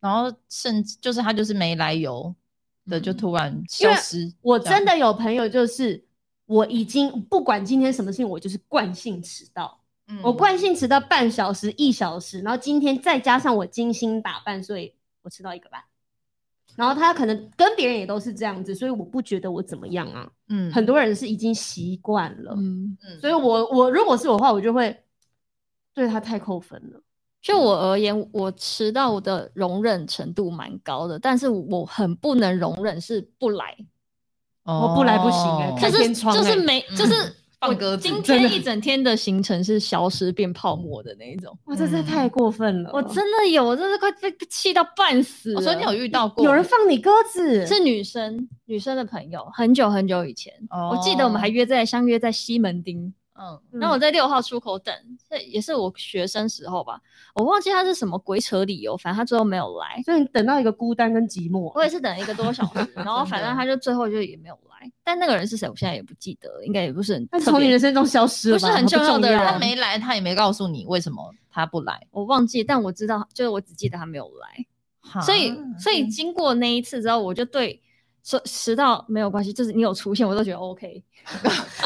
然后甚至就是他就是没来由的就嗯突然因消为失。我这样真啊的有朋友就是我已经不管今天什么事情，我就是惯性迟到，嗯我惯性迟到半小时、一小时，然后今天再加上我精心打扮，所以我迟到一个半。然后他可能跟别人也都是这样子，所以我不觉得我怎么样啊。嗯很多人是已经习惯了，嗯，嗯所以我我如果是我的话，我就会对他太扣分了。嗯就我而言，我迟到我的容忍程度蛮高的，但是我很不能容忍是不来，哦我不来不行欸就开是天窗欸就是没嗯就是 <laughs> 放我鸽子今真天一整天的行程是消失变泡沫的那一种，哇，这真的太过分哦了！我真的有，我真的快被被气到半死了。我说哦你有遇到过有人放你鸽子，是女生女生的朋友，很久很久以前，我记得我们还哦约在相约在西门町，嗯那我在六号出口等，这也是我学生时候吧，我忘记他是什么鬼扯理由，反正他最后没有来。所以你等到一个孤单跟寂寞。我也是等了一个多小时，然后真反的正他就最后就也没有来。但那个人是谁，我现在也不记得了，应该也不是很但特从你别人生中消失了吧，不是很重要的人他没来，他也没告诉你为什么他不来，我忘记，但我知道，就是我只记得他没有来。啊所以，所以经过那一次之后，我就对说迟到没有关系，就是你有出现，我都觉得 OK，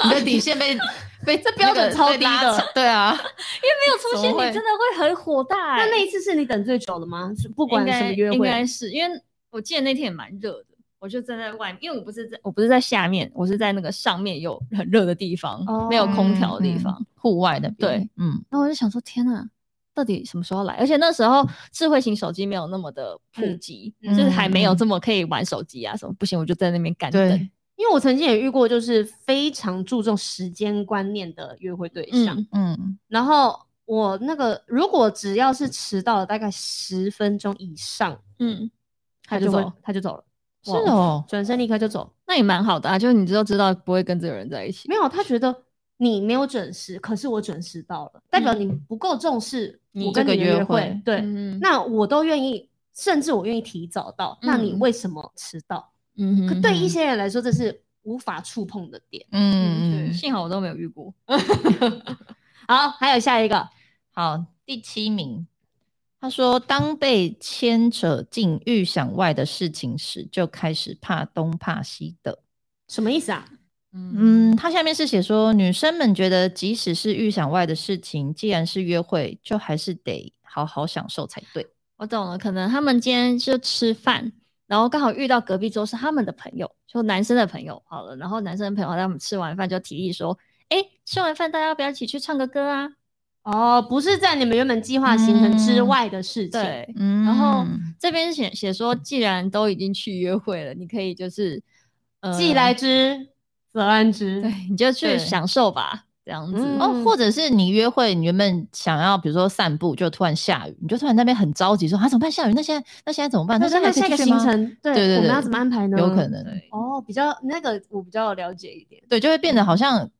因为你的底线被被这标准超低的，对 <laughs> 啊，没有出现，怎么会你真的会很火大、那欸。那一次是你等最久了吗？是不不管什么约应会该，是因为我记得那天也蛮热的。我就站在外面，因为我不是在，我不是在下面，我是在那个上面有很热的地方，没有空调的地嗯方。，嗯户外那边，对，嗯，然后我就想说，天呐，到底什么时候来？而且那时候智慧型手机没有那么的普嗯及，嗯就是还没有这么可以玩手机啊什么。不行，我就在那边干等。对，因为我曾经也遇过，就是非常注重时间观念的约会对象。嗯，嗯，然后我那个如果只要是迟到了大概十分钟以上，嗯，他就就会走他就走了，是哇哦，转身立刻就走。那也蛮好的啊，就是你就知道不会跟这个人在一起没。有，他觉得你没有准时，可是我准时到了，代表你不够重视嗯你我跟这你个的约约会对，嗯，那我都愿意甚至我愿意提早到，那你嗯为什么迟到？嗯哼可对一哼些人来说，这是无法触碰的点。嗯嗯，幸好我都没有遇过。好，还有下一个，好，第七名，他说，当被牵扯进预想外的事情时，就开始怕东怕西的。什么意思啊？嗯，他下面是写说，女生们觉得即使是预想外的事情，既然是约会，就还是得好好享受才对。我懂了，可能他们今天就吃饭，然后刚好遇到隔壁桌是他们的朋友，就男生的朋友好了，然后男生的朋友他们吃完饭就提议说，哎、吃完饭大家要不要一起去唱个歌啊？哦，不是在你们原本计划行程之嗯外的事情。对，嗯然后这边写写说，既然都已经去约会了，你可以就是呃，既来之，则安之。对，你就去对享受吧，这样子。嗯哦，哦，或者是你约会，你原本想要比如说散步，就突然下雨，你就突然那边很着急说，啊怎么办？下雨，那现在那现在怎么办？那现那在还可下以一个继续行吗程，对对对我们对要怎么安排呢？有可能对哦，比较那个我比较有了解一点。对，就会变得好像，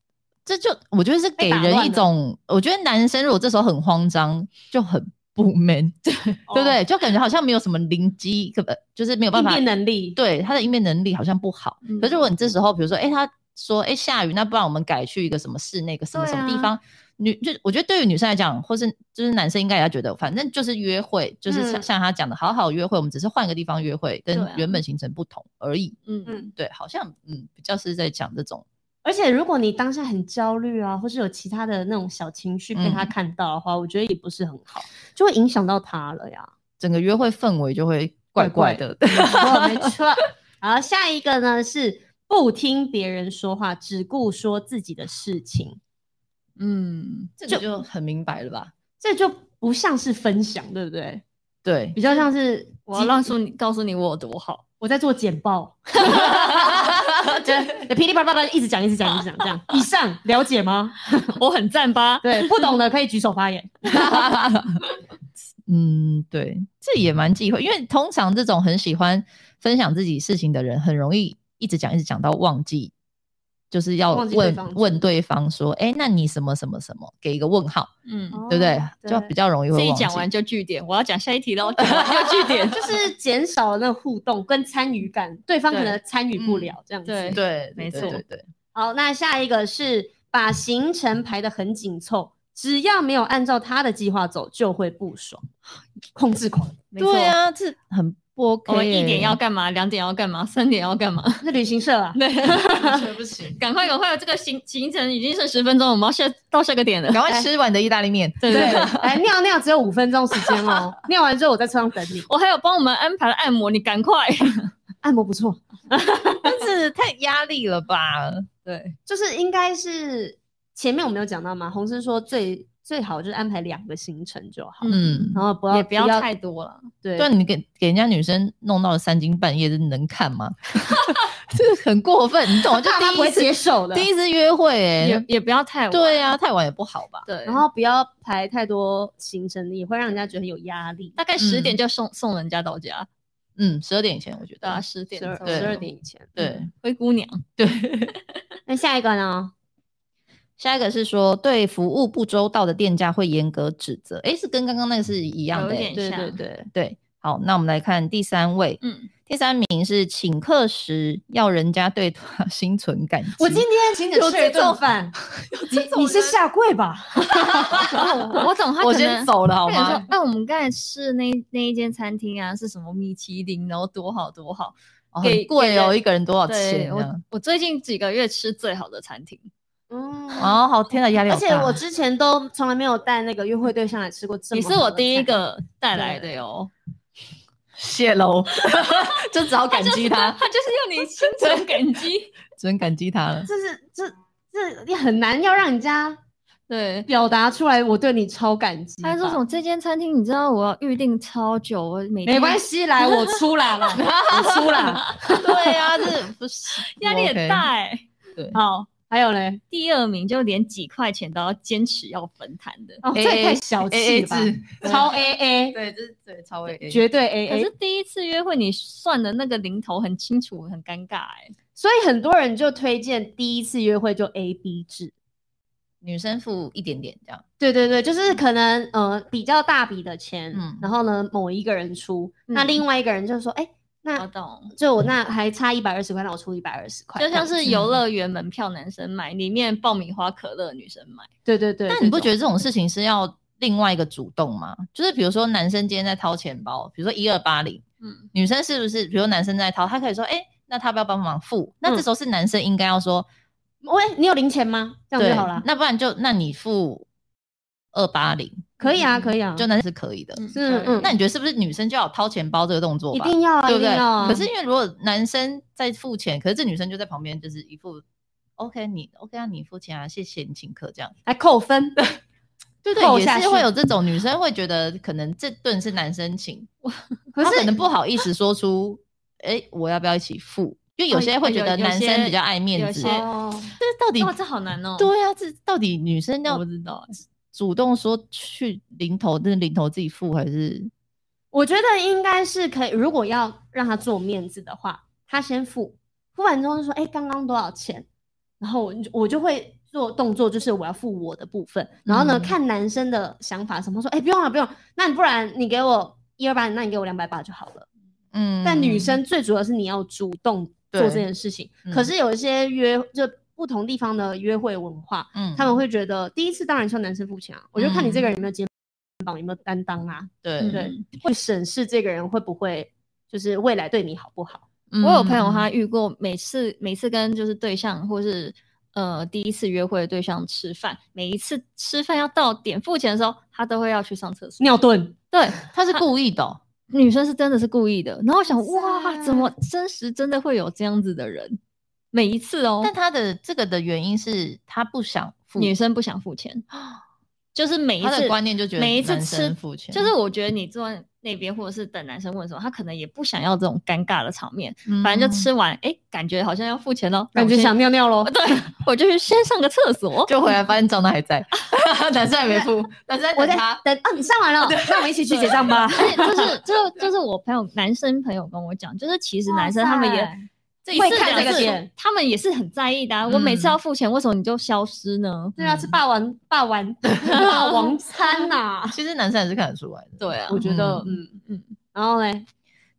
这就我觉得是被给打人乱一了种，我觉得男生如果这时候很慌张，就很不 man，对哦不对？就感觉好像没有什么灵机，可不就是没有办应法变能力。对他的应变能力好像不好。嗯可是如果你这时候比如说，哎、他说，哎、下雨，那不然我们改去一个什么室内，一个什么对什么地啊方。女就我觉得对于女生来讲，或是就是男生应该也要觉得，反正就是约会，就是像嗯像他讲的，好好约会，我们只是换个地方约会，跟对啊原本行程不同而已。嗯嗯，嗯，对，好像嗯比较是在讲这种，而且如果你当下很焦虑啊，或是有其他的那种小情绪被他嗯看到的话，我觉得也不是很好，就会影响到他了呀。整个约会氛围就会怪怪的。哦没错。 <laughs> 然后下一个呢是不听别人说话，只顾说自己的事情，嗯，这个就很明白了吧？这就不像是分享，对不对？对，比较像是我要让诉你告诉你我有多好。 <laughs> 我在做简报，对，噼里啪啦啪啦一直讲，一直讲，一直讲，这样。以上了解吗？我很赞吧？对，不懂的可以举手发言。嗯，对，这也蛮忌讳，因为通常这种很喜欢分享自己事情的人，很容易一直讲一直讲到忘记，就是要忘问记对方问对方说，哎，那你什么什么什么，给一个问号，嗯，哦对不对？就对比较容易会这一忘记。讲完就据点，我要讲下一题喽，讲完就据点。就是减少了那个互动跟参与感，对方可对能参与不了这样子。对对，对没对错对对，好，那下一个是把行程排得很紧凑，只要没有按照他的计划走，就会不爽，控制狂。没错对，啊， <laughs> 这很不 OK 我耶。们一点要干嘛，两点要干嘛，三点要干嘛？ <laughs> 是旅行社 <laughs> 啊，对，不行，赶快赶快，这个行行程已经剩十分钟，我们要下到下个点了。赶快吃完你的意大利面。对对对，来尿尿只有五分钟时间哦，尿完之后我在车上等你。我还有帮我们安排了按摩，你赶快。按摩不错，但是太压力 <laughs> 了吧？对，就是应该是前面我们有讲到嘛，红师说最最好就是安排两个行程就好，嗯，然后不要 <laughs> 也不要太多了。对对，啊你给给人家女生弄到三更半夜，这能看吗？ <laughs> 这很过分，你懂吗？就 <laughs> 怕他不第一会接次受的。第一次约会、也欸，也不要太晚。对啊，太晚也不好吧？对，然后不要排太多行程，也会让人家觉得很有压力。大概十嗯点就送、送人家到家，嗯，十二点以前我觉对得啊，，十点十二差不多对十二点以前，嗯对灰姑娘，对。那下一个呢？ <laughs> 下一个是说对服务不周到的店家会严格指责，诶，是跟刚刚那个是一样有的、一欸，点对像，对对对。好，那我们来看第三位，嗯， <laughs> 第三名是请客时要人家对他心存感激。我今天请你有吃了一这种顿 <laughs> 饭，你你是下跪吧？我我懂他我可先能。走了好他想吗说？，哎那我们刚才吃的那那一间餐厅啊，是什么米其林，然后多好多好。哦给很贵给哦，人一个人多少对钱我啊？，我最近几个月吃最好的餐厅， <laughs> 嗯，哦，好天的压力而好且大。我之前都从来没有带那个约会对象来吃过这么你好是的我第一菜，个带来的哟。谢喽，就只好感 <laughs> 激他，他就是要你心存感激。 <laughs> 只能感激他了。这是这这你很难要让人家对，表达出来，我对你超感激吧。他说什么这间餐厅，你知道我要预定超久，我每天没关，系啦，我出来了， <laughs> 我出啦。<laughs> 对啊，这不是压力很大。哎、对， <laughs> 好，还有嘞，第二名就连几块钱都要坚持要分摊的。哦，这也太小气 A A 了吧，制，超 A A，对，这是对超 A A。绝对 A 可 A 是。第一次约会，你算的那个零头很清楚，很尴尬哎、所以很多人就推荐第一次约会就 A B 制，女生付一点点这样。对对对，就是可能呃比较大笔的钱，嗯然后呢某一个人出，那嗯另外一个人就说，哎、那我懂，就我那还差一百二十块，那我出一百二十块，就像这样是子游乐园门票男生买，里面爆米花、可乐女生买。对对对，但你不觉得得这种事情是要另外一个主动吗？就是比如说男生今天在掏钱包，比如说一二八零，嗯，女生是不是？比如说男生在掏，他可以说，哎、那他要不要帮忙付？那嗯这时候是男生应该要说，喂你有零钱吗？这样对，就好了，那不然就那你付二八零，可以啊可以啊，嗯就那是可以的。是对嗯那你觉得是不是女生就要有掏钱包这个动作一吧？定要啊对一不定对？要啊，可是因为如果男生在付钱，可是这女生就在旁边，就是一副 OK 你 OK 啊，你付钱啊，谢谢你请客这样。还哎扣分，对扣对，下也是会去有这种女生会觉得可能这顿是男生请，可她可是能不好意思说出，哎、我要不要一起付？因为有哦些会有觉得有男生些比较爱面有子，些这哦，到底哇，这好难哦。对啊，这到底女生要我不知道欸主动说去零头，那零头自己付还是？我觉得应该是可以，如果要让他做面子的话，他先付，付完之后就说，哎、刚刚多少钱？然后我就我就会做动作，就是我要付我的部分，然后呢，嗯看男生的想法什么，说，哎、不用了，不用，那你不然你给我一二八，那你给我两百八就好了。嗯但女生最主要是你要主动做对这件事情，嗯可是有一些约就不同地方的约会文化，嗯他们会觉得第一次当然是要男生付钱啊，我就看你这个人有没有肩膀，有没有担当啊，对对嗯会审视这个人会不会就是未来对你好不好。我有朋友嗯他遇过，每次每次跟就是对象或是呃第一次约会的对象吃饭，每一次吃饭要到点付钱的时候，他都会要去上厕所。尿遁，对，他是故意的哦、女生是真的是故意的。然后我想，哇塞哇，怎啊么真实真的会有这样子的人？每一次哦，但他的这个的原因是他不想付，女生不想付钱， <gasps> 就是每一他次的观念就觉得每一次男生吃付钱，就是我觉得你坐在那边或者是等男生问什么，他可能也不想要这种尴尬的场面，反嗯正就吃完，哎、感觉好像要付钱了，感觉想尿，尿尿 <laughs> 喽。对我就去先上个厕所。 <laughs> 就回来发现账单还 <laughs> 在，男生还没付，男生在我等在他。等啊，你上完了，那我们一起去结账吧。而且就是就是就是我朋友男生朋友跟我讲，就是其实男生他们也这一会次看两这个次点他们也是很在意的、啊。我每次嗯要付钱，为什么你就消失呢？对啊，吃霸王霸王霸王餐呐。其实男生还是看得出来的。对啊我觉得，嗯嗯。然后嘞，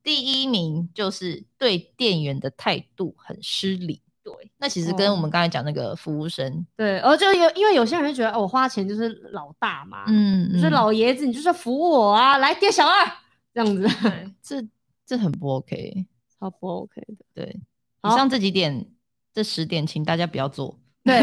第一名就是对店员的态度很失礼。对，那其实跟哦我们刚才讲那个服务生，对，哦，就有因为有些人会觉得，哦，我花钱就是老大嘛，嗯，就是嗯老爷子，你就是服我啊，来 <laughs> 爹小二这样子， <laughs> 这这很不 OK。超不 OK 的。对，以好上这几点，这十点，请大家不要做。 <laughs> 对，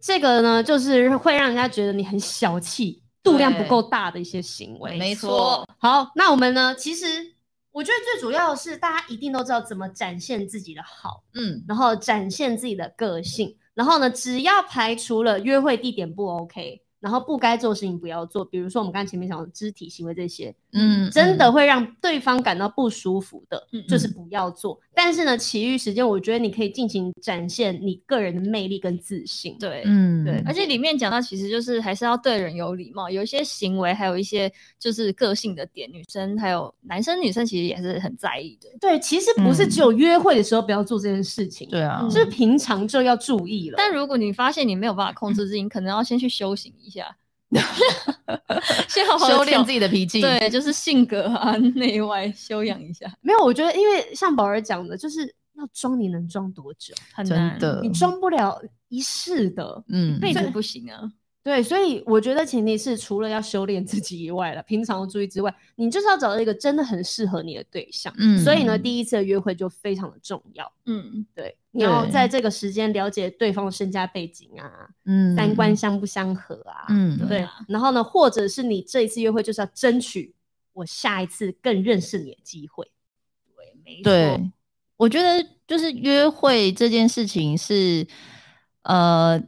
这个呢，就是会让人家觉得你很小气，度量不对够大的一些行为。没错，好，那我们呢？其实我觉得最主要的是，大家一定都知道怎么展现自己的好，嗯，然后展现自己的个性，然后呢，只要排除了约会地点不 OK，然后不该做的事情不要做，比如说我们刚才前面讲的肢体行为这些，嗯真的会让对方感到不舒服的，嗯就是不要做。但是呢，其余时间我觉得你可以尽情展现你个人的魅力跟自信。对，嗯，对而且里面讲到，其实就是还是要对人有礼貌，有一些行为，还有一些就是个性的点，女生还有男生女生其实也是很在意的。对，其实不是只有约会的时候不要做这件事情，嗯对啊嗯，就是平常就要注意了。但如果你发现你没有办法控制自己，你可能要先去修行一 <laughs> 下，先好好修炼自己。己的脾气。对，就是性格啊，内外修养一下，没有，我觉得因为像宝儿讲的，就是要装，你能装多久？很真难的你装不了一世的。嗯，辈子不行啊。对，所以我觉得前提是除了要修炼自己以外了，平常要注意之外，你就是要找到一个真的很适合你的对象。嗯所以呢，第一次的约会就非常的重要。嗯，对，你要对在这个时间了解对方的身家背景啊，嗯三观，相不相合啊，嗯，对对啊。然后呢，或者是你这一次约会就是要争取我下一次更认识你的机会。对，没错。对，我觉得就是约会这件事情是，呃，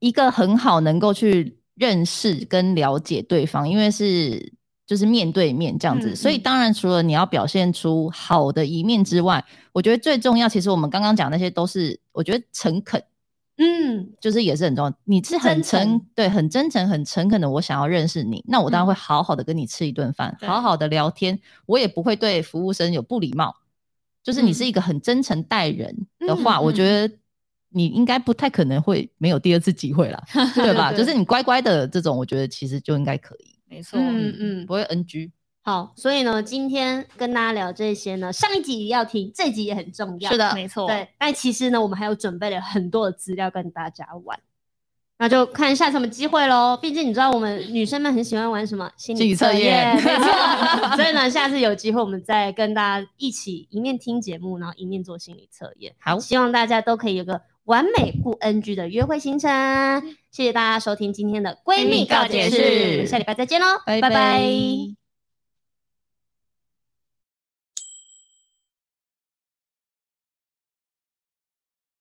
一个很好能够去认识跟了解对方，因为是就是面对面这样子，嗯所以嗯当然除了你要表现出好的一面之外，我觉得最重要，其实我们刚刚讲那些都是，我觉得诚恳。嗯，就是也是很重要，你是很真诚诚，对，很真诚、很诚恳的，我想要认识你，那我当然嗯会好好的跟你吃一顿饭，对好好的聊天，我也不会对服务生有不礼貌。就是你是嗯一个很真诚待人的话，嗯我觉得你应该不太可能会没有第二次机会啦， <laughs> <laughs> 对吧？对就是你乖乖的这种，我觉得其实就应该可以，没错，嗯嗯，不会 NG。好，所以呢，今天跟大家聊这些呢，上一集要听，这集也很重要。是的没错，对，但其实呢，我们还有准备了很多的资料跟大家玩，那就看下次有没有机会喽。毕竟你知道，我们女生们很喜欢玩什么心心理理测验，验没错。所以呢，下次有机会，我们再跟大家一起一面听节目，然后一面做心理测验。好希望大家都可以有个完美不 NG 的约会行程。谢谢大家收听今天的闺蜜蜜告告解解室，室我们下礼拜再见喽，拜拜拜拜